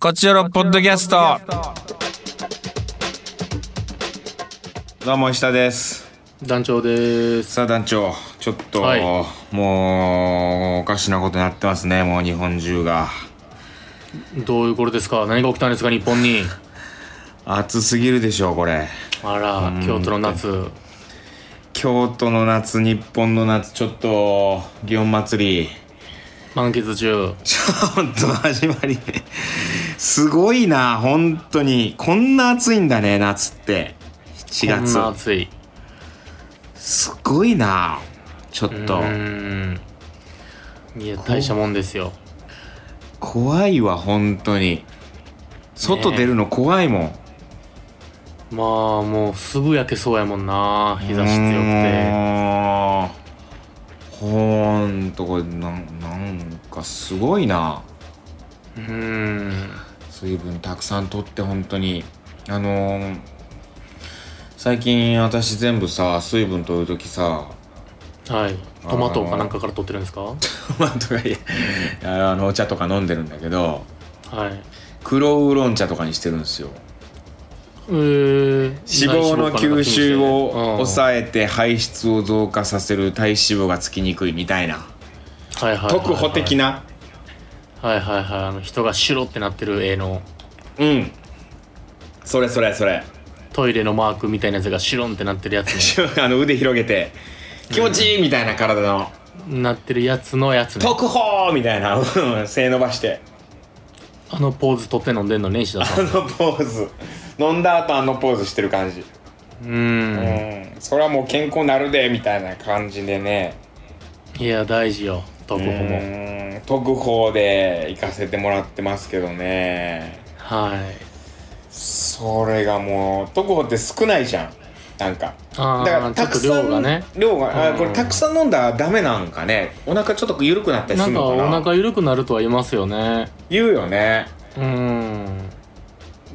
こちらのポッドキャスト。どうも石田です団長です。さあ団長ちょっと、はいもうおかしなことになってますねもう日本中がどういうことですか何が起きたんですか日本に。暑すぎるでしょうこれあら、京都の夏。京都の夏日本の夏ちょっと祇園祭り満喫中。ちょっと始まりすごいな本当にこんな暑いんだね夏って7こんな月暑い。すごいなちょっうとーん。いや、大したもんですよ。怖いわ本当に外出るの怖いもん、まあ、もうすぐ焼けそうやもんな。日差し強くて。強くてほんとこれなんなんかすごいなうーん。水分たくさんとって本当にあのー最近私全部さ水分取る時さ はい。トマトかなんかから取ってるんですかはまあとかいやあのお茶とか飲んでるんだけどい。黒ウーロン茶とかにしてるんですよえー、脂肪の吸収をえ、抑えて排出を増加させる体脂肪がつきにくいみたいなうんはいはいはいはい、特保的なはいはいはいあの人が白ってなってる絵のうんそれそれそれ トイレのマークみたいなやつが白ってなってるやつねあの腕広げて気持ちいいみたいな体のなってるやつのやつね特報みたいな うん背伸ばしてあのポーズ取って飲んでんのね石田あさんうのポーズ飲んだ後あのポーズしてる感じ うーんんそれはもう健康なるでみたいな感じでねいや大事よ特う保もん特報で行かせてもらってますけどねはいそれがもう特報って少ないじゃんなんかあーだからちょたっくとさ量んがね量があうんこれたくさん飲んだらダメなんかねお腹ちょっと緩くなったりなするんのかかおな腹緩くなるとは言いますよね言うよねうーん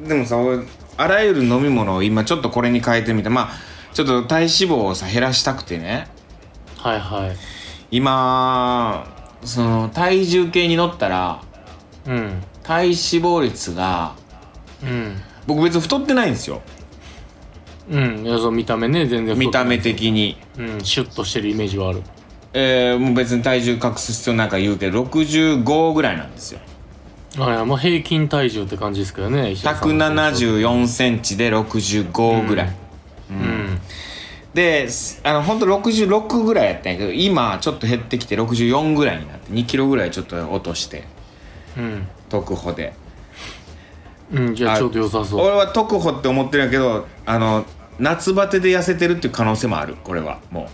でもさ俺あらゆる飲み物を今ちょっとこれに変えてみてまあちょっと体脂肪をさ減らしたくてねはいはい今その体重計に乗ったらうん体脂肪率がうん僕別に太ってないんですようんいやそう見た目ね全然太って見た目的に、うんシュッとしてるイメージはあるえー、もう別に体重隠す必要なんか言うけど65ぐらいなんですよあいやまあ平均体重って感じですけどね石田さんの174センチで65ぐらい、うんですあの本当66ぐらいやったんやけど今ちょっと減ってきて64ぐらいになって2キロぐらいちょっと落としてうん特保でうんじゃあちょうど良さそう俺は特保って思ってるんやけどあの夏バテで痩せてるっていう可能性もあるこれはも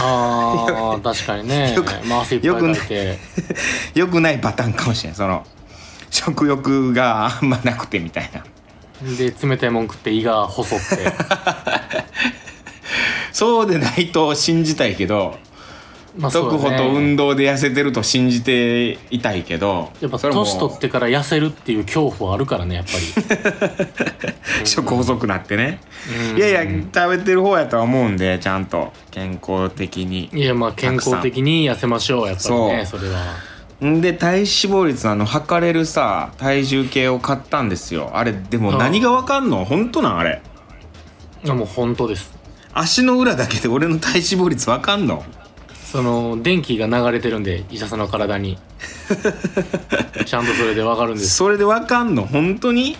ああ確かに ねよくまあ汗いっぱいかいてう良くないパターンかもしれないその食欲があんまなくてみたいなで冷たいもん食って胃が細ってそうでないと信じたいけど、まあそう特保だねと運動で痩せてると信じていたいけどやっぱそれも年取ってから痩せるっていう恐怖はあるからねやっぱり 食細くなってね、うんいやいや食べてる方やとは思うんでちゃんと健康的に いやまあ健康的に痩せましょうやっぱりねそれはんで体脂肪率のあの測れるさ体重計を買ったんですよあれでもああ何がわかんの本当なんあれいやもう本当です足の裏だけで俺の体脂肪率わかんのその電気が流れてるんで医者さんの 体にちゃんとそれでわかるんですそれでわかんの本当に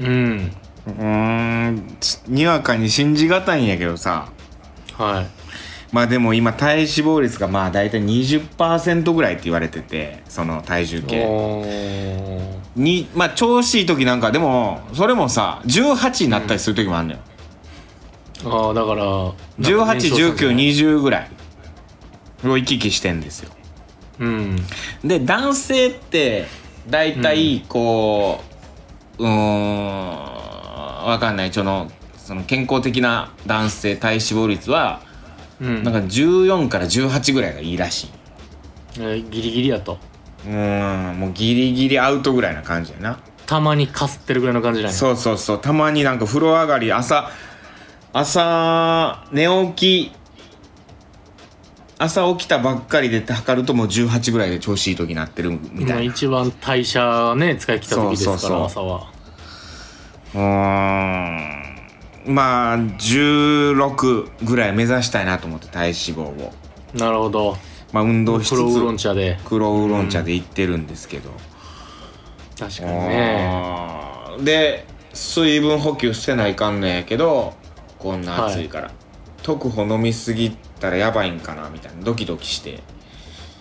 うんうーんちにわかに信じがたいんやけどさはいまあでも今体脂肪率がまあ大体20%ぐらいって言われててその体重計おーにまあ調子いい時なんかでもそれもさ18になったりする時もあるのよ、ああだから181920ぐらいを行き来してんですようんで男性って大体こううーんわかんないそのその健康的な男性体脂肪率はうんなんか14から18ぐらいがいいらしいえーギリギリやとうーんもうギリギリアウトぐらいな感じやなたまにかすってるぐらいの感じなんやそうそうそうたまになんか風呂上がり朝朝寝起き朝起きたばっかりで測るともう18ぐらいで調子いい時になってるみまたあいな一番代謝ね使い切った時ですからそうそうそう朝はうーんまあ16ぐらい目指したいなと思って体脂肪を、なるほどまあ、運動しつつ黒ウーロン茶で黒ウーロン茶で行ってるんですけど、確かにねあーで水分補給してないかんのやけどこんな暑いから、特保飲みすぎたらやばいんかなみたいなドキドキして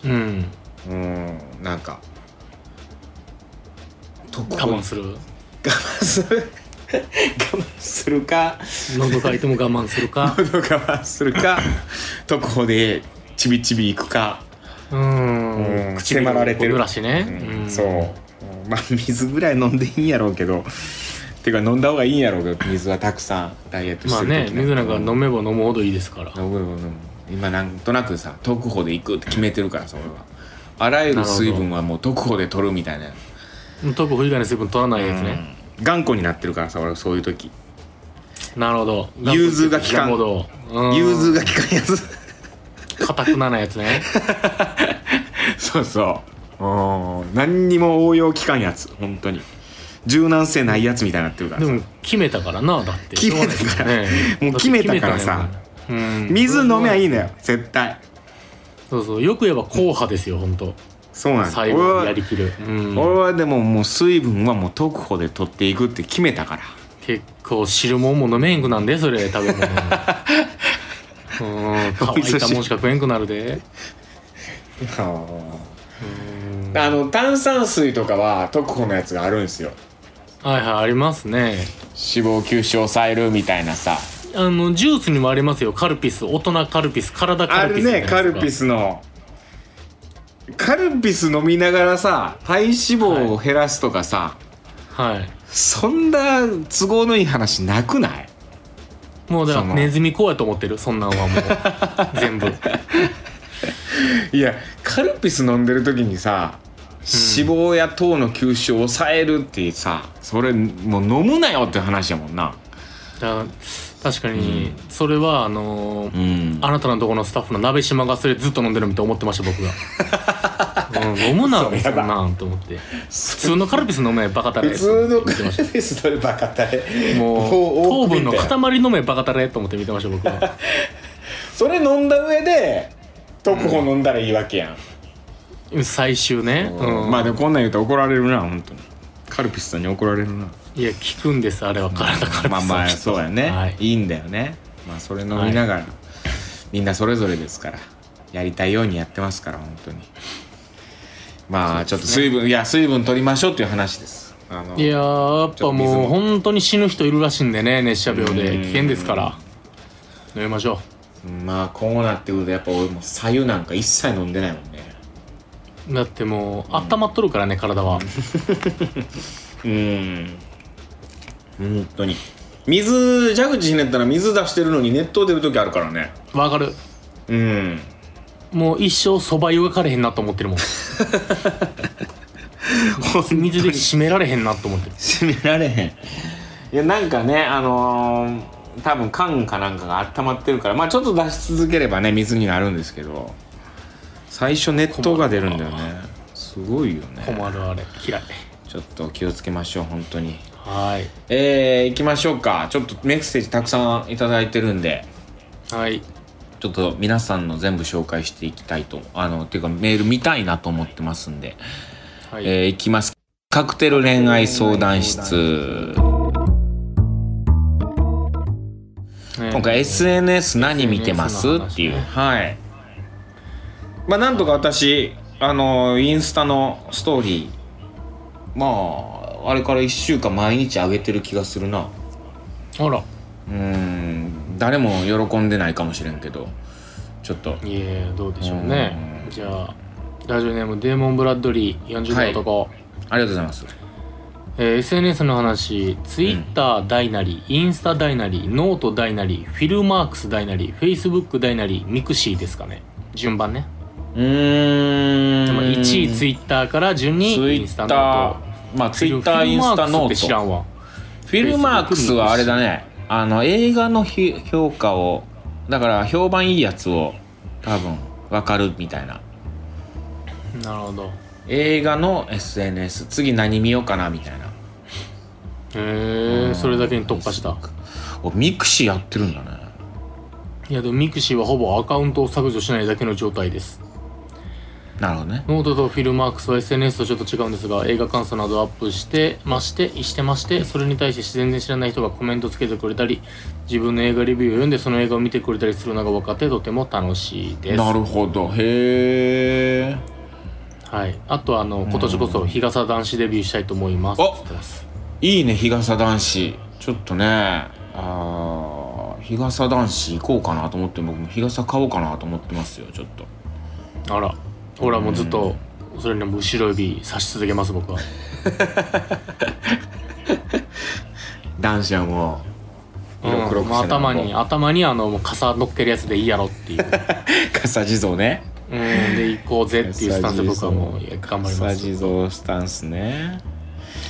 うんうーんなんか特我慢する我慢する我慢す るか喉乾いても我慢す るか喉我慢するか特保でちびちびいくか、うんうん唇迫られてるこうぬらしねうんんそううんまあ水ぐらい飲んでいいんやろうけどてか飲んだ方がいいんやろうけど水はたくさんダイエットしまあてるね時水なんか飲めば飲むほどいいですから飲む飲む飲む今なんとなくさ特保で行くって決めてるからさ俺はあらゆる水分はもう特保で取るみたいな特保以外の水分取らないやつねうん頑固になってるからさ俺はそういう時なるほど融通が利かんなるほどうん融通が効かんやつ硬くならないや つねそうそううん何にも応用効かんやつ本当に柔軟性ないやつみたいになってるからでさも決めたからなだって決めたからしょうがないですよねもう決めたからさだって決めたんやもんうん水飲めばいいのよ絶対そうそうよく言えば硬派ですよ本当そうなんだ最俺後までやはりきる、うん俺はでももう水分はもう特保で取っていくって決めたから結構汁もんも飲めへんくなんでそれ食 べ物うん乾いたもんしか食えんくなるでうんあの炭酸水とかは特保のやつがあるんですよはいはいありますね脂肪吸収を抑えるみたいなさあのジュースにもありますよカルピス大人カルピス体カあルピるスみたいねなカルピスのカルピス飲みながらさ体脂肪を減らすとかさ、はいそんな都合のいい話なくないもうだかそらのネズミこうやと思ってるそんなんはも う全部いやカルピス飲んでる時にさ脂肪や糖の吸収を抑えるってさそれもう飲むなよって話やもんなだ確かにそれはあのーうんあなたのとこのスタッフの鍋島がそれずっと飲んでるみたい思ってました僕 が、うん、飲むなそそうやんばなんと思って普通のカルピス飲めバカタレ普通のカってましたルピス取ればかったねもうもう糖分の多く見て塊飲めバカタレと思って見てました僕はそれ飲んだ上で特保飲んだらいいわけやん、最終ね、うん、まあでもこんなん言うと怒られるな本当にカルピスさんに怒られるないや効くんですあれは体からまあまあそうやね、はいい、いんだよねまあそれ飲みながら、みんなそれぞれですからやりたいようにやってますから本当にまあちょっと水分、いや水分取りましょうっていう話ですあのいやーやっ水ぱももう本当に死ぬ人いるらしいんでね熱射病うでん危険ですから飲みましょまあこうなってくるとやっぱ俺もう白湯なんか一切飲んでないもんねうだってもう温まっとるからね体はうん本当に水蛇口ひねったら水出してるのに熱湯出る時あるからねわかるうんもう一生そば湯がかれへんなと思って るもん水で締められへんなと思ってる閉められへんいやなんかねあのー多分缶かなんかが温まってるからまあちょっと出し続ければね水になるんですけど最初熱湯が出るんだよねすごいよね困るあれ嫌いちょっと気をつけましょう本当にはいえー、行きましょうかちょっとメッセージたくさんいただいてるんではいちょっと皆さんの全部紹介していきたいとあのっていうかメール見たいなと思ってますんで、はい、えー、いきますカクテル恋愛相談室ね今回 SNS 何見てます SNS の話ねっていうはいまあなんとか私あのインスタのストーリーまああれから1週間毎日上げてる気がするなあらうーん誰も喜んでないかもしれんけどちょっといえどうでしょうねじゃあラジオネームデーモン・ブラッドリー40代男、ありがとうございますえー SNS の話 Twitter 大なり、インスタ大なりノート大なりフィルマークス大なり Facebook 大なりミクシーですかね順番ねうーんまあ1位ツイ Twitter から順にインスッタノタートーまあツイッターインスタノフィルマークスって知ーらトんわフィルマークスはあれだねあの映画のひ評価をだから評判いいやつを多分わかるみたいななるほどへ映画の SNS 次何見ようかなみたいなえそれだけに特化したおミクシーやってるんだねいやでもミクシーはほぼアカウントを削除しないだけの状態ですなるほどねノートとフィルマークスは SNS とちょっと違うんですが映画感想などをアップしてましてしてましてそれに対して全然知らない人がコメントつけてくれたり自分の映画レビューを読んでその映画を見てくれたりするのが分かってとても楽しいですなるほどへえはい、あとあの今年こそ日傘男子デビューしたいと思いますおつってますいいね日傘男子ちょっとねあー日傘男子行こうかなと思って僕も日傘買おうかなと思ってますよちょっとあらほらもうずっとそれにも後ろ指差し続けます僕は男子はもううん色黒くもうせな頭にこ頭にあのもう傘乗っけるやつでいいやろっていう、う傘地蔵ねうん、で行こうぜっていうスタンスで僕はもういや頑張りま傘す地蔵スタンスね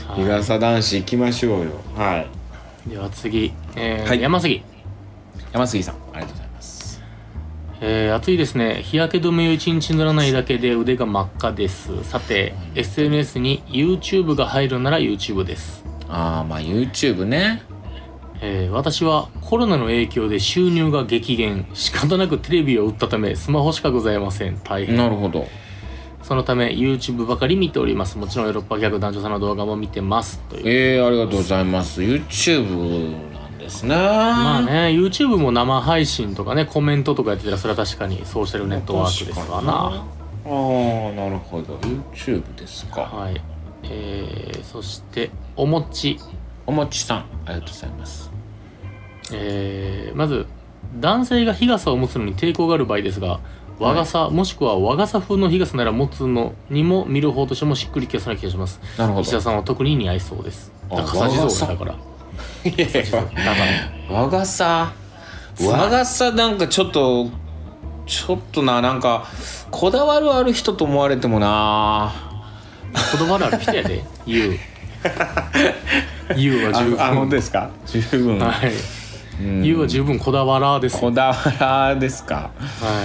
はい日傘男子行きましょうよはいでは次、えーはい山杉山杉さんありがとうございますえー暑いですね日焼け止めを一日塗らないだけで腕が真っ赤ですさて SNS に YouTube が入るなら YouTube ですああまあ YouTube ねえー私はコロナの影響で収入が激減仕方なくテレビを売ったためスマホしかございません大変なるほどそのため YouTube ばかり見ておりますもちろんヨーロッパ客男女さんの動画も見てますというえー、ありがとうございます YouTube なんですねままあね YouTube も生配信とかねコメントとかやってたらそれは確かにソーシャルネットワークですわなああなるほど YouTube ですかはいえー、そしておもちおもちさんありがとうございますえーまず男性が日傘を持つのに抵抗がある場合ですが和傘、もしくは和傘風の日傘なら持つのにも見る方としてもしっくりきがそうな気がしますなるほ石田どさんは特に似合いそうですあだから傘和地蔵傘だからいやいやだから和傘和傘なんかちょっとちょっとななんかこだわるある人と思われてもな言葉のある人 やで言う言うは十分ですか十分はいうん言うは十分こだわらですこよだわらですかは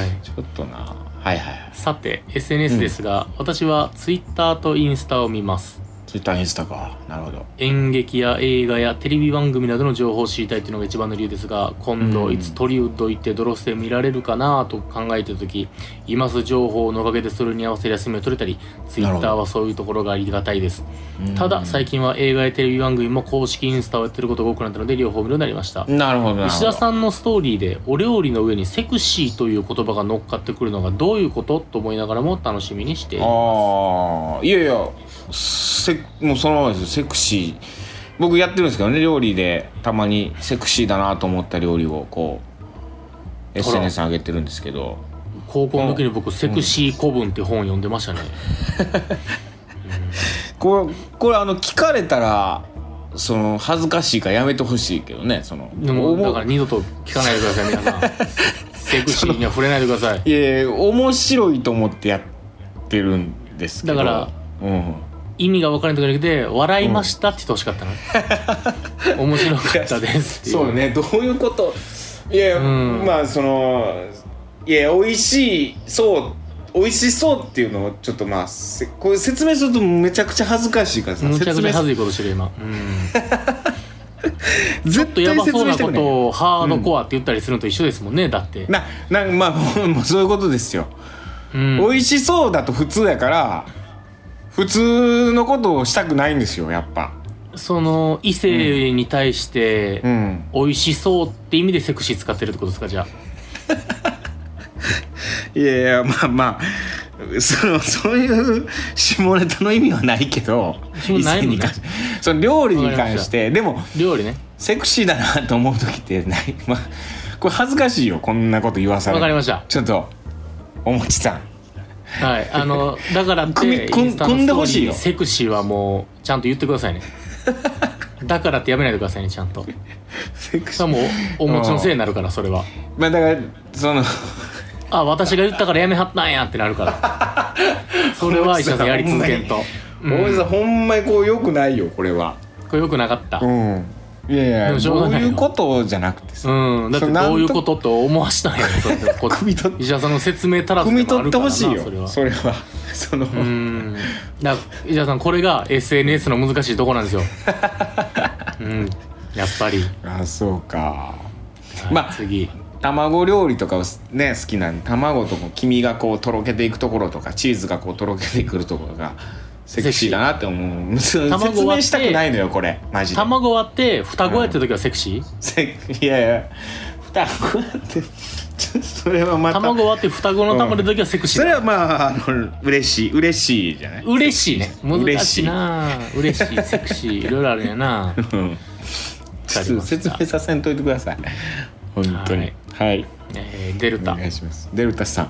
いちょっとなはいはいはいさて SNS ですが、私は Twitter とインスタを見ますツイッターインスタかなるほど演劇や映画やテレビ番組などの情報を知りたいというのが一番の理由ですが今度うんいつトリウッド行ってドロスで見られるかなと考えてる時今す情報のおかげでそれに合わせる休みを取れたりツイなるッほターどはそういうところがありがたいですうんただ最近は映画やテレビ番組も公式インスタをやってることが多くなったので両方見るようになりましたなるほどなるほ石ど田さんのストーリーでお料理の上にセクシーという言葉が乗っかってくるのがどういうことと思いながらも楽しみにしていますああいやいやセもうそのままですよセクシー僕やってるんですけどね料理でたまにセクシーだなと思った料理をこう SNS 上げてるんですけど高校の時に僕「セクシー古文」って本を読んでましたね、これこれあの聞かれたらその恥ずかしいからやめてほしいけどねそのでもおもだから二度と聞かないでください皆さんセクシーには触れないでくださいいやいや面白いと思ってやってるんですけどだから、うん、意味が分からないとかじゃなくて「笑いました」って言ってほしかったな、面白かったですっていうそうねどういうこといや、うんまあそのいや美味しいそう美味しそうっていうのをちょっとまあせこれ説明するとめちゃくちゃ恥ずかしいからさむちゃくちゃ恥ずずいことしてる今、うん、ちょっとやばそうなことをハードコアって言ったりするのと一緒ですもんねだって、ななんまあ ほんまそういうことですよ、うん、美味しそうだと普通やから普通のことをしたくないんですよやっぱその異性に対してうん美味しそうって意味でセクシー使ってるってことですかじゃあいやいやまあまあそのそういう下ネタの意味はないけどそうないもんね異性に関しその料理に関してでも料理ねセクシーだなと思う時ってない、 まあ、これ恥ずかしいよこんなこと言わされわるかりましたちょっとおもちさんはいあのだからって組み組んインスタのストーリー組んでほしいよセクシーはもうちゃんと言ってくださいねだからってやめないでくださいねちゃんとセクシそれーはもうお持ちのせいになるからそれはまあだからそのあ私が言ったからやめはったんやってなるからそれは石田さんやり続けんと、う大ん森さんほんまにこうよくないよこれはこれよくなかった、うんいやいでやもしょうどがうないいようことじゃなくてさうん、だってそれなんとどういうことと思わしたんやろそれでこ汲み取っ石田さんの説明足らず汲でみもあ取ってるからほなしいそれよはそれ はそのうんだから石田さんこれが SNS の難しいとこな んですようんやっぱり、あそうかはいまあ次卵料理とかをね好きなんで卵とこう黄身がこうとろけていくところとかチーズがこうとろけてくるところがセクシーだなって思う 説卵割って明したくないのよこれマジで卵割って双子やってる時はセクシー、 せいやいや双子だってちょっとそれはまた卵割って双子の卵の時はセクシーそれだ、はまああの嬉しい嬉しいじゃない嬉しいね難嬉ししいいな嬉しいセクシーいろいろあるんや なうんちょっと説明させんといてください本当にはい、えーデおルタ願いしますデルタさん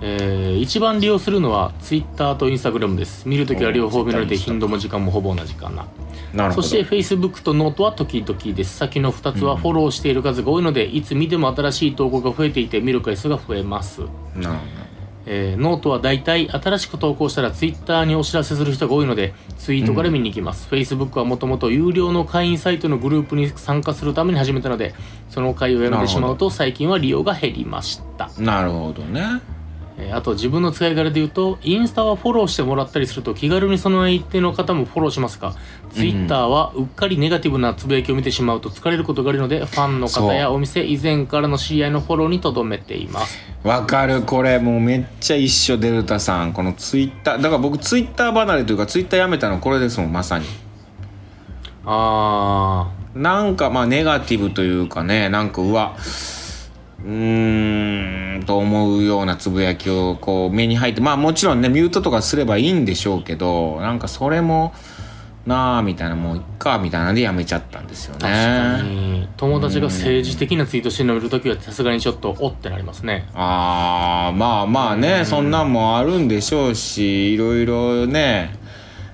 えー一番利用するのはツイッターとインスタグラムです見るときは両方見られて頻度も時間もほぼ同じかななるほそどして Facebook とノートは時々です先の2つはフォローしている数が多いので、いつ見ても新しい投稿が増えていて見る回数が増えます、なるほえーノートはだいたい新しく投稿したら Twitter にお知らせする人が多いのでツイートから見に行きます、Facebook はもともと有料の会員サイトのグループに参加するために始めたのでその会をやめてしまうと最近は利用が減りましたどなるほどねえーあと自分の使い方で言うとインスタはフォローしてもらったりすると気軽にその相手の方もフォローしますがツイッターはうっかりネガティブなつぶやきを見てしまうと疲れることがあるのでファンの方やそお店以前からの知り合いのフォローにとどめていますわかるこれもうめっちゃ一緒デルタさんこのツイッターだから僕ツイッター離れというかツイッターやめたのこれですもんまさにあなんかまあネガティブというかねなんかうわうーんと思うようなつぶやきをこう目に入ってまあもちろんねミュートとかすればいいんでしょうけどなんかそれもなあみたいなもういっかみたいなんでやめちゃったんですよー確かね。に友達が政治的なツイートしてるのを見るときはさすがにちょっとおってなりますねあーまあまあね、そんなんもあるんでしょうしいろいろね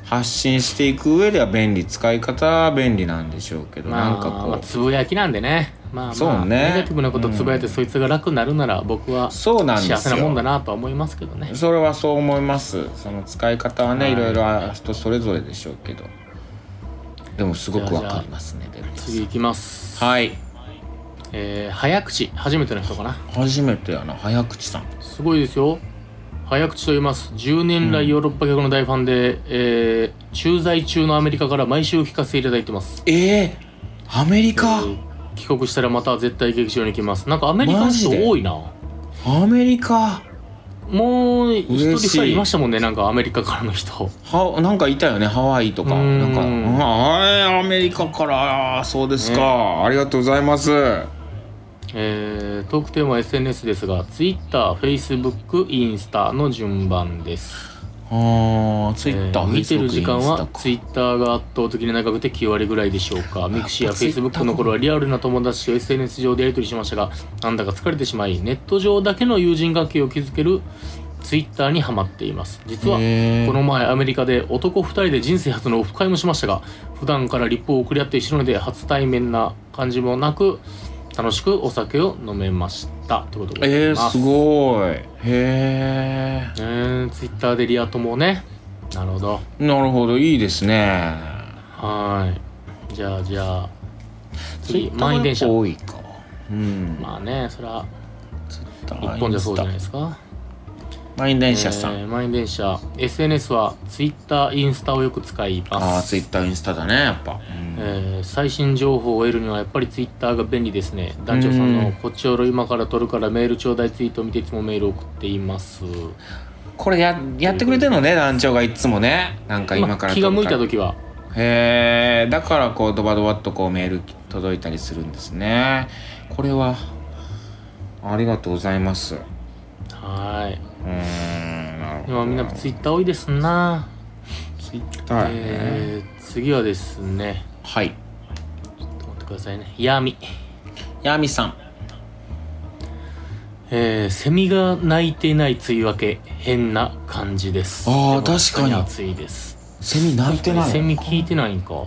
発信していく上では便利使い方は便利なんでしょうけど、まあ、なんかこう、まあつぶやきなんでねまあそまあ、うねネガティブなことつぶやいてそいつが楽になるなら僕はそうなんです幸よせなもんだなとは思いますけどねそれはそう思いますその使い方はね、はいい、ろいろ人それぞれでしょうけどでもすごくわかりますねデルタさ次いきますんはいえー早口初めての人かな初めてやな早口さんすごいですよ早口と言います10年来ヨーロッパ客の大ファンで、えー駐在中のアメリカから毎週聞かせていただいてますええアメリカ、えー帰国したらまた絶対劇場に行きますなんかアメリカの人マジで多いなアメリカもう一人二嬉しい人いましたもんねなんかアメリカからの人はなんかいたよねハワイとかうんなんかうんはいアメリカからそうですか、ありがとうございますえートークテーマは SNS ですが TwitterFacebook インスタの順番ですあツイッター、えー見てる時間はツイイッターが圧倒的に長くて9割ぐらいでしょうかミクシーややっフぱェイスブックの頃はリアルな友達と SNS 上でやり取りしましたがなんだか疲れてしまいネット上だけの友人関係を築けるツイッターにはまっています実はへーこの前アメリカで男2人で人生初のオフ会もしましたが普段から立法を送り合って一緒なので初対面な感じもなく楽しくお酒を飲めましたということでえございー、ますごいへええー、ツイッターでリア友ねなるほどなるほどいいですねはーい。じゃあ、じゃあ、次、満満員電車。多いかうんまあね、それは一一本じゃそうじゃないですか。満員電車さん、えー満員電車。SNS は Twitter、インスタをよく使いあまあす。ツイッターインスタだねやっぱ、うんえー最新情報を得るにはやっぱり Twitter が便利ですね。団長さんうのん「こっちおろ今から撮るからメールちょうだい」ツイートを見ていつもメールを送っています。これややってくれてんのね団長がいつもねなんか今からまあ気が向いたと時は。へえだからこうドバドバっとこうメール届いたりするんですねこれはありがとうございますうはーい。ーんなるほ今どみんな Twitter 多いですな。ツイッター、ねえー次はですね、はいちょっと待ってくださいね。闇。ヤミさんえー、セミが鳴いてない梅雨明け変な感じですあーでも確かに暑いですセミ鳴いてないセミ聞いてないんか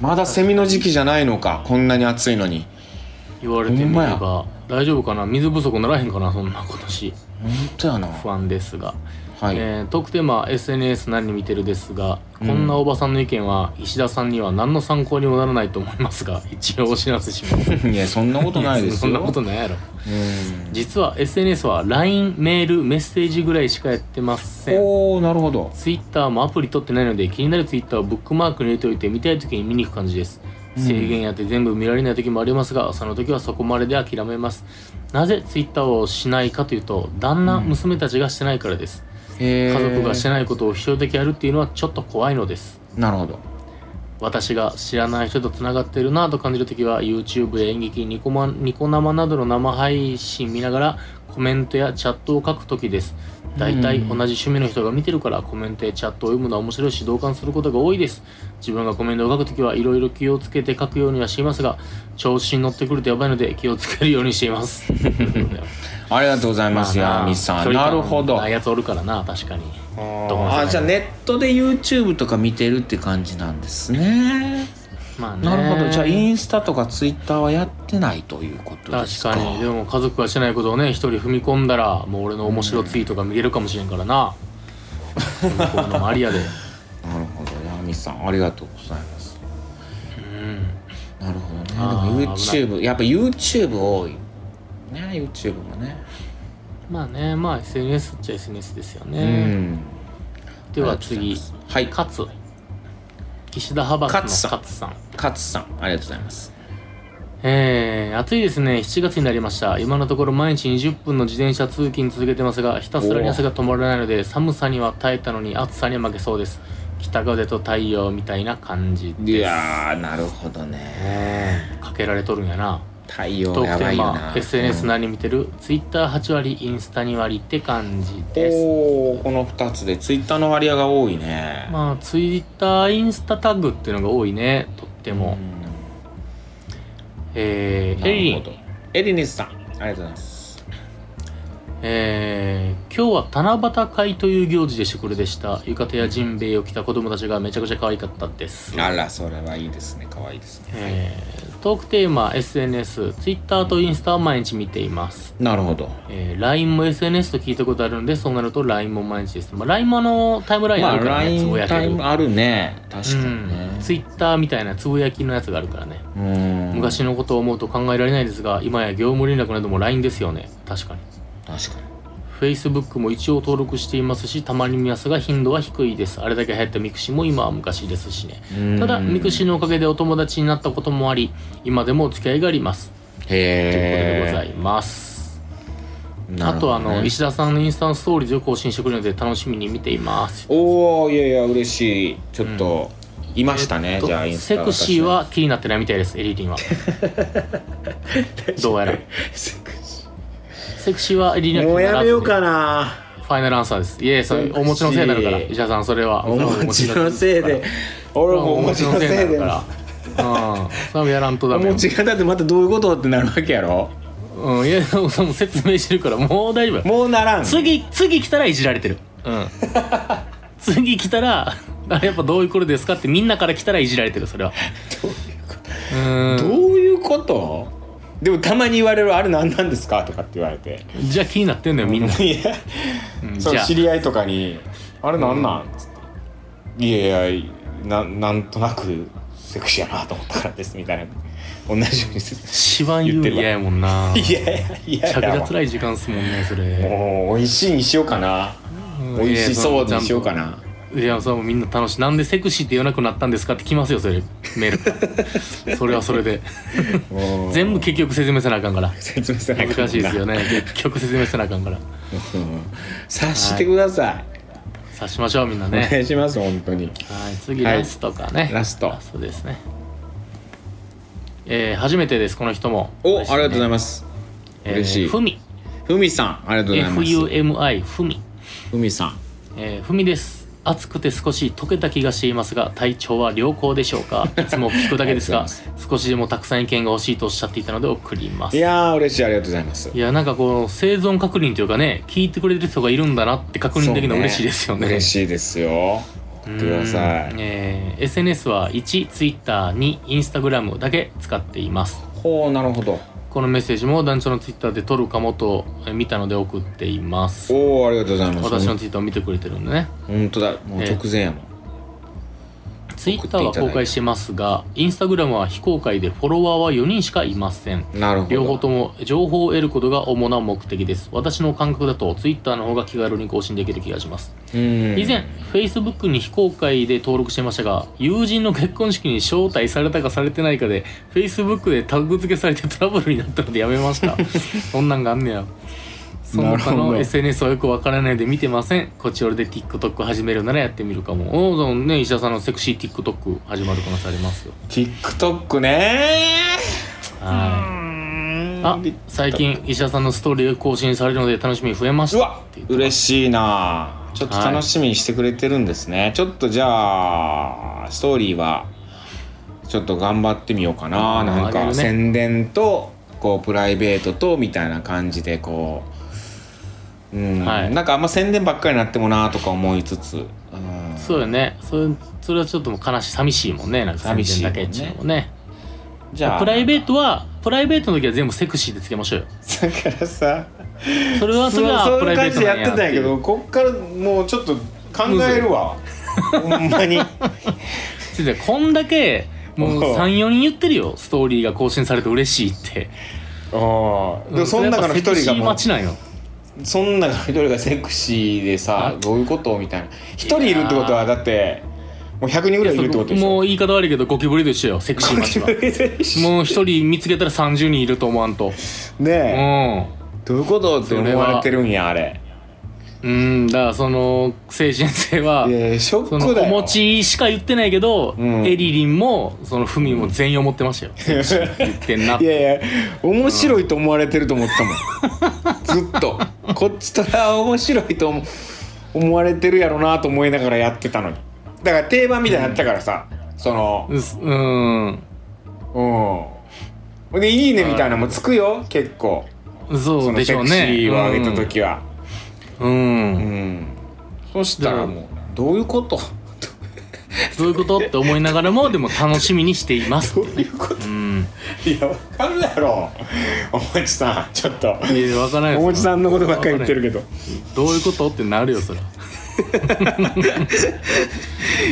まだセミの時期じゃないのかこんなに暑いのに言われてみれほば大丈夫かな水不足ならへんかなそんな今年本当やな不安ですがはい、えートークテーマは SNS 何見てるですが、うんこんなおばさんの意見は石田さんには何の参考にもならないと思いま すが一応お知らせしますいやそんなことないですよ そんなことないやろうん実は SNS は LINE メールメッセージぐらいしかやってませんおおなるほど Twitter もアプリ取ってないので気になる Twitter をブックマークに入れておいて見たい時に見に行く感じですうん制限やって全部見られない時もありますがその時はそこまでで諦めますなぜ Twitter をしないかというと旦那、うん娘たちがしてないからです家家族がしてないことを一人だけやるっていうのはちょっと怖いのですなるほど私が知らない人とつながってるなぁと感じるときは YouTube や演劇ニコマニコ生などの生配信見ながらコメントやチャットを書くときです大体うん同じ趣味の人が見てるからコメントやチャットを読むのは面白いし同感することが多いです自分がコメントを書くときはいろいろ気をつけて書くようにはしていますが調子に乗ってくるとやばいので気をつけるようにしています ありがとうございますヤミさんなるほどあやつおるからな確かにどこの世あ代じゃあネットで YouTube とか見てるって感じなんですねまあねなるほどじゃあインスタとか Twitter はやってないということです確かかにでも家族がしてないことをね一人踏み込んだらもう俺の面白ツイートが見れるかもしれんからな、こういうのもあ りやでなるほどヤミさんありがとうございますうんなるほどねであーも YouTube やっぱ YouTube 多いね YouTube もねまあねまあ SNS っちゃ SNS ですようね、んでは次はい勝岸田派閥の勝勝さん勝さんありがとうございますえー、暑いですね7月になりました今のところ毎日20分の自転車通勤続けてますがひたすらに汗が止まらないので寒さには耐えたのに暑さには負けそうです北風と太陽みたいな感じいですやーなるほどねかけられとるんやな太陽トーやクテばーいよマな SNS 何見てる、Twitter8 割インスタ2割って感じですおおこの2つでツイッターの割合が多いね、まあ Twitter インスタタグっていうのが多いねとっても、えー、エリなンるほどエリニスさんありがとうございますえー今日は七夕会という行事でしてくれでした浴衣やジンベエを着た子供たちがめちゃくちゃ可愛かったですあらそれはいいですね可愛いですね、えートークテーマ SNSTwitter とインスタは毎日見ていますなるほどえー LINE も SNS と聞いたことあるんでそうなると LINE も毎日です、まあ、LINE もあのタイムラインまああるからね、つ LINE ぶやタイきムのあるね確かうにねん、Twitter みたいなつぶやきのやつがあるからね、うん昔のことを思うと考えられないですが今や業務連絡なども LINE ですよね確かに確かに Facebook も一応登録していますしたまに見ますが頻度は低いですあれだけ流行ったミクシーも今は昔ですしねうんただミクシーのおかげでお友達になったこともあり今でもお付き合いがありますということでござへえいます、なあるほとどあねの石田さんのインスタのストーリーズを更新してくれるので楽しみに見ています。おおいやいや嬉しいちょっと、いましたね、えっとじゃあインスタセクシーは気になってないみたいですエリリ ンはどうやらセクシセクシーはエリリンーはもうやめようかななファイナルアンサーですいえそれセクシーお持ちのせいになるから石田さんそれはお餅のせいで俺もおお持ち餅ののせいせにいなるでからうん、それはやらんとおダメよ、餅がだってまたどういうことってなるわけやろうん、いやもう説明してるからもう大丈夫もうならん次次来たらいじられてるうん 次来たらあれやっぱどういうことですかってみんなから来たらいじられてるそれはうーどんういうことでもたまに言われる「あれ何なんですか?」とかって言われてじゃあ気になってんのよみんな、いやうんそじのゃあ知り合いとかに「あれ何なん?」つって「いやいやななんとなくセクシーやなと思ったからです」みたいな同じように説一番言う嫌やもんな明いやいやめちゃいくちやゃ辛い時間っすもんねそれもう美味しいにしようかな美味しそうにしようかなないやそうみんな楽しいなんでセクシーって言わなくなったんですかって来ますよそれメ ールそれはそれでもう全部結局説明せなあかんから説明せなあ恥ずかんもんなかしいです よね結局説明せなあかんからうん察してください、さしましょうみんなおね願いします本当にはい次はいラストかね、ラストラストですねえー、初めてですこの人もお、ありがとうございまます嬉しいふみふみさんありがとうございます FUMI ふみふみさんえーふみです暑くて少し溶けた気がしていますが体調は良好でしょうかいつも聞くだけで すあがりがと少しでもたくさん意見が欲しいとおっしゃっていたので送りますいいややー嬉しいありがとうございますなんかこう生存確認というかね聞いてくれてる人がいるんだなって確認できるの嬉しいですよね嬉しいですよ送ってくださういんえー SNS は 1Twitter2Instagram だけ使っていますほうなるほどこのメッセージも団長のツイッターで撮るかもとえ見たので送っていますおおありがとうございます私のツイッターを見てくれてるんでね本当だもう直前やもん、ツイッターは公開してますがインスタグラムは非公開でフォロワーは4人しかいませんなるほど両方とも情報を得ることが主な目的です私の感覚だとツイッターの方が気軽に更新できる気がしますうん以前 Facebook に非公開で登録してましたが友人の結婚式に招待されたかされてないかで Facebook でタグ付けされてトラブルになったのでやめました そんなんがあんねやそなの他るほのど SNS はよくわからないので見てませんこっち俺で TikTok 始めるならやってみるかもおおそうね石田さんのセクシー TikTok 始まる可能性ありますよ TikTok ねはいあ最近石田さんのストーリーが更新されるので楽しみ増えましうたわっていう嬉しいなちょっと楽しみにしてくれてるんですね、ちょっとじゃあストーリーはちょっと頑張ってみようかな、あーなんあげかるね宣伝とこうプライベートとみたいな感じでこう、うんはいなんかあんま宣伝ばっかりになってもなとか思いつつ、うん、そうよねそれそれはちょっともう悲しい寂しいもんねなんか寂しいもんだねけっちゅうのもねじゃあ プライベーートはプライベートの時は全部セクシーでつけましょうよトだからさそれはそれそはうプそうラいう感イベーじトでなやんってたんやけどこっからもうちょっと考えるわほんま に先生こんだけ もうおう34人言ってるよストーリーが更新されて嬉しいってああでもその中の一人がももう待ちなんよそんな一人がセクシーでさあどういうことみたいな一人いるってことはだってもう100人ぐらいいるってことでしもょう言い方悪いけどゴキブリと一緒よセクシ ー待ちはもう一人見つけたら30人いると思わんと うねえんどういうことって思われてるんやあれうんだからその精神性はいやショそッのクだおよ餅しか言ってないけど、うんエリリンもそのフミも全員思ってましたよ、言ってんないやいや面白いと思われてると思 ったもんずっとこっちとら面白いと思思われてるやろなと思いながらやってたのにだから定番みたいになったからさそのうすうんうんで「いいね」みたいなのもつくよ結構そそうのでしセょうクねシーを上げた時は。うん、うんそしたらもうどういうことどういうことって思いながらもでも楽しみにしていま すどういうことうんいやわかんないやろおもちさんちょっといや分からないおもちさんのことばっかり言ってるけけどどどういうことってなるよそれ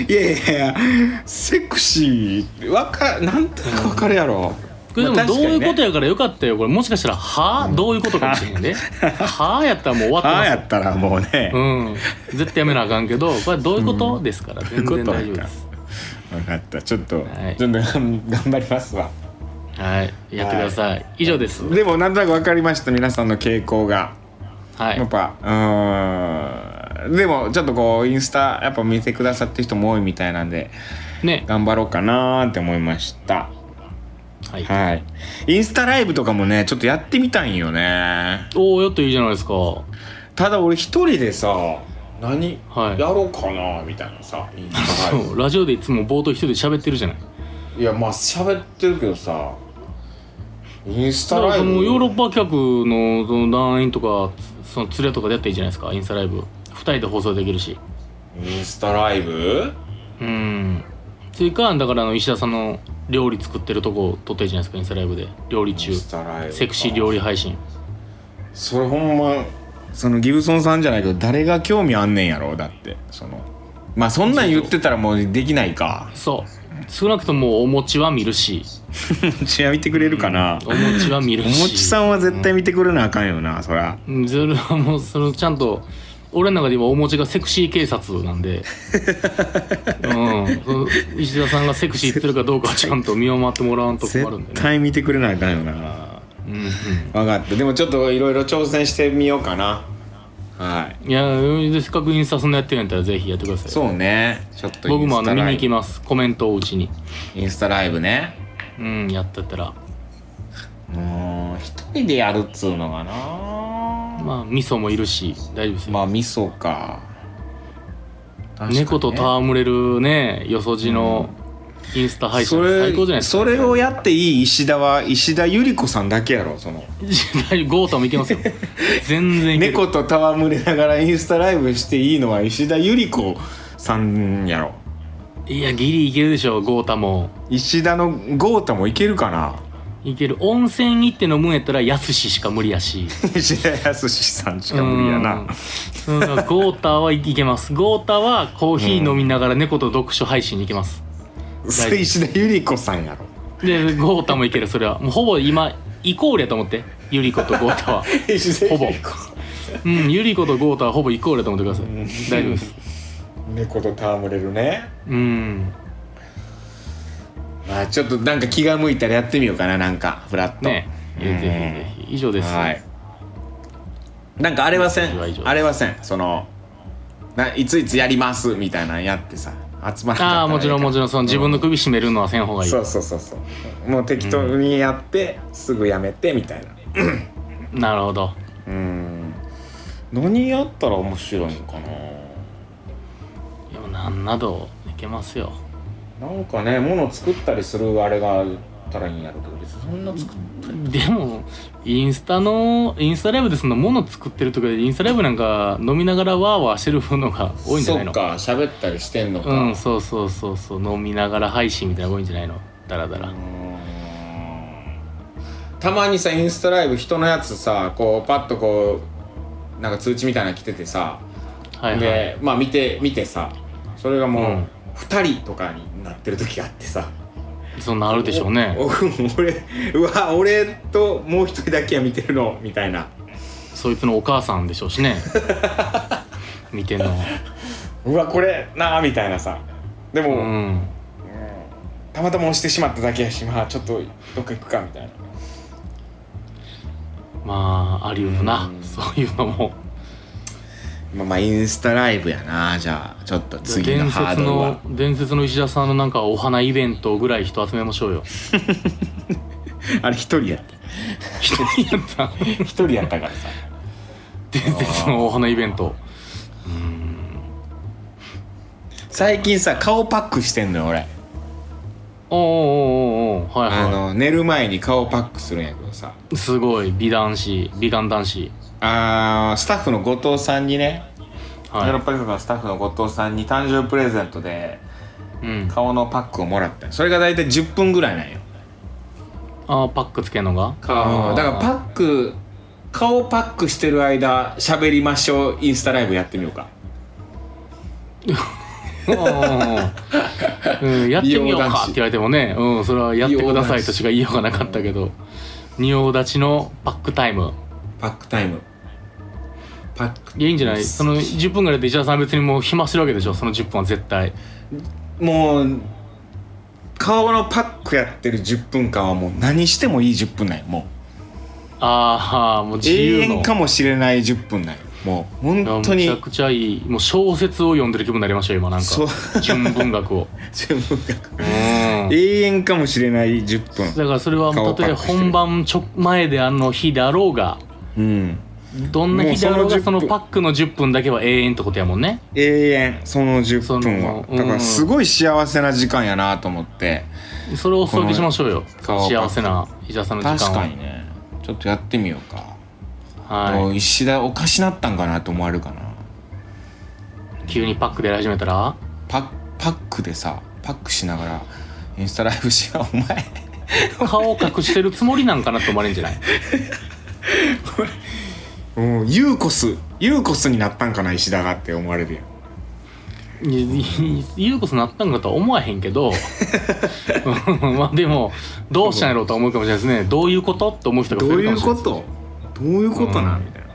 いやいやいやセクシーわかなんとなくわかるやろこれでまもあどう確かいにうねことやからよかったよこれもしかしたら「はあ、どういうことかもしれへ んで「はあ」やったらもう終わってああますやよったらもうねうん、絶対やめなあかんけどこれどういうこと、ですから全どういうこ然と大丈夫 です分かったちょっとはいちょっと頑張りますわはいやってください、以上ですでもなんとなくわかりました皆さんの傾向がはいやっぱうーんでもちょっとこうインスタやっぱ見てくださってる人も多いみたいなんでね頑張ろうかなーって思いましたはい、はいインスタライブとかもねちょっとやってみたいんよねおおやっといいじゃないですかはただ俺一人でさ何、はいやろうかなーみたいな さインスタライいラジオでいつも冒頭一人で喋ってるじゃないブいやまあ喋ってるけどさインスだタからライそブのヨーロッパ客のその団員とかその連れとかでやったらいいじゃないですかインスタライブ2人で放送できるしインスタライブうんそれかだからあの石田さんの料理作ってるとこ撮ってるじゃないですかインスタライブで料理イ中ンスタライブセクシー料理配信それほんまそのギブソンさんじゃないけど誰が興味あんねんやろだってそのまあそんなん言ってたらもうできないかそう少なくともお餅は見るしうちは見てくれるかなお餅は見るおしもちさんは絶対見てくれなあかんよなそらうんそれはもうそのちゃんと俺の中で今お餅がセクシー警察な んで、うん、その石田さんがセクシー言ってるかどうかはちゃんと見守ってもらわんと困るん絶でね、対見てくれなあかんよなうんうん分かったでもちょっといろいろ挑戦してみようかなはいいやでせっかくインスタそんなやってるんやったらぜひやってくださいそうねちょっとイ僕ンもあスのタ見ラにイ行きブますコメントをうちにインスタライブねうんやってたらうん一人でやるっつうのがなまあ味噌もいるし大丈夫ですよ、まあ味噌か猫と戯れるねよそじのインスタ配信それ最高じゃないですかそれをやっていい石田は石田ゆり子さんだけやろその大丈夫 ゴータもい けますよ全然いける猫と戯れながらインスタライブしていいのは石田ゆり子さんやろいやギリいけるでしょゴータも石田の豪太もいけるかな いける温泉行って飲むんやったらやすししか無理やし西田康さんしか無理やなうんうんゴーターはいけますゴーターはコーヒー飲みながら猫と読書配信に行けますそれ石田ゆり子さんやろでゴーターもいけるそれはもうほぼ今イコールやと思ってゆり子とゴータ ーは石田ほぼゆり子さんうんゆり子とゴーターはほぼイコールやと思ってくださいうん大丈夫です猫と戯れるねうんまあちょっとなんか気が向いたらやってみようかななんかフラットねぜひぜひ以上ですはいなんかあれはせメッセージは以上でんすあれはせんそのないついつやりますみたいなのやってさ集まらなかったらああもちろんもちろんその自分のう首絞めるのはせん方がいいそうそうそうそうもう適当にやって、すぐやめてみたいななるほどうん何やったら面白いんかなでもなんなどいけますよなんかねもの作ったりするあれがあったらいいんやろうけど別にそんな作っでもインスタのインスタライブでそのもの作ってるとかでインスタライブなんか飲みながらワーワーしてるのが多いんじゃないのそうか喋ったりしてんのかうんそうそうそうそう飲みながら配信みたいなのが多いんじゃないのだらだらたまにさインスタライブ人のやつさこうパッとこうなんか通知みたいなの来ててさ、はいはいでまあ見て見てさそれがもう、うん2人とかになってる時があってさそんなんあるでしょうねお俺うわ俺ともう一人だけは見てるのみたいなそいつのお母さんでしょ うしね見てんのうわこれなあみたいなさでうも、んたまたま押してしまっただけやしまあちょっとどっか行くかみたいなまあありうるな、うんそういうのもまあまあインスタライブやなじゃあちょっと次の伝ハー説ドルはの伝説の石田さんのなんかお花イベントぐらい人集めましょうよあれ一人やった一人 やった一人やったからさ伝説のお花イベント最近さ顔パックしてんのよ俺おーおーおーおーはいあはの寝る前に顔パックするんやけどさいすごい美男子美顔男子あースタッフの後藤さんにね、ヨーロはッパ局のスタッフの後藤さんに誕生日プレゼントでい、うん、顔のパックをもらったのそれが大体10分ぐらいなんよあーパックつけんのがうんだからパック顔パックしてる間喋りましょうインスタライブやってみようかおーうん、やってみようかって言われてもね、うん、それはやってくださいとしか言いようがなかったけど仁王立ちのパックタイムパックタイムパックいやいいんじゃないその10分ぐらいで石田さん別にもう暇してるわけでしょその10分は絶対もう顔のパックやってる10分間はもう何してもいい10分なんよもああもうう自永由の遠かもしれない10分なんよもう本当いにやめちゃくちゃいいもう小説を読んでる気分になりましたよ今なんそうか純文学を10分う間ん永遠かもしれない10分だからそれは顔たをとえ隠してる本番ちょ前であの日であろうがうんどんな日であもろううがそその10分のパックの10分だけは永遠ってことやもんね永遠その10分はそのうんだからすごい幸せな時間やなと思ってそれをお裾分けしましょうよこの幸せな石田さんの時間を確かにねちょっとやってみようか、は、石田おかしなったんかなと思われるかない急にパックでやり始めたらパパックでさパックしながらインスタライブしようお 前顔を隠してるつもりなんかなって思われるんじゃないうん、ユーコスユーコスになったんかな石田がって思われるやんゆうこそなったんかとは思わへんけど うんまあでもどうしたんやろうとは思うかもしれないですねどういうことって思う人がど増えうるいかうもしれこないとどういうことな、うんみたいな、うん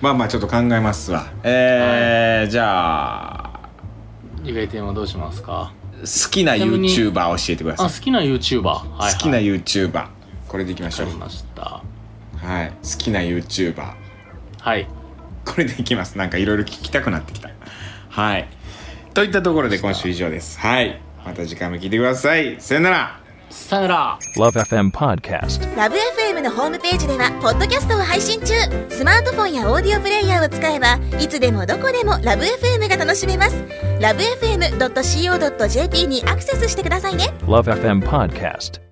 まあまあちょっと考えますわえーじゃあゆべてんはどうしますか好きなちなみに YouTuber 教えてくだあさ好い、きな YouTuber、はいはい、好きな YouTuber これでいきましょわうかりましたはい好きな YouTuber はいこれでいきますなんかいろいろ聞きたくなってきたはいといったところで今週以上ですはいまた次回も聞いてくださいさよならさよなら Love FM Podcast. ラブ f m のホームページではポッドキャストを配信中スマートフォンやオーディオプレイヤーを使えばいつでもどこでもラブ f m が楽しめますラブ FM.co.jp にアクセスしてくださいね Love FM Podcast.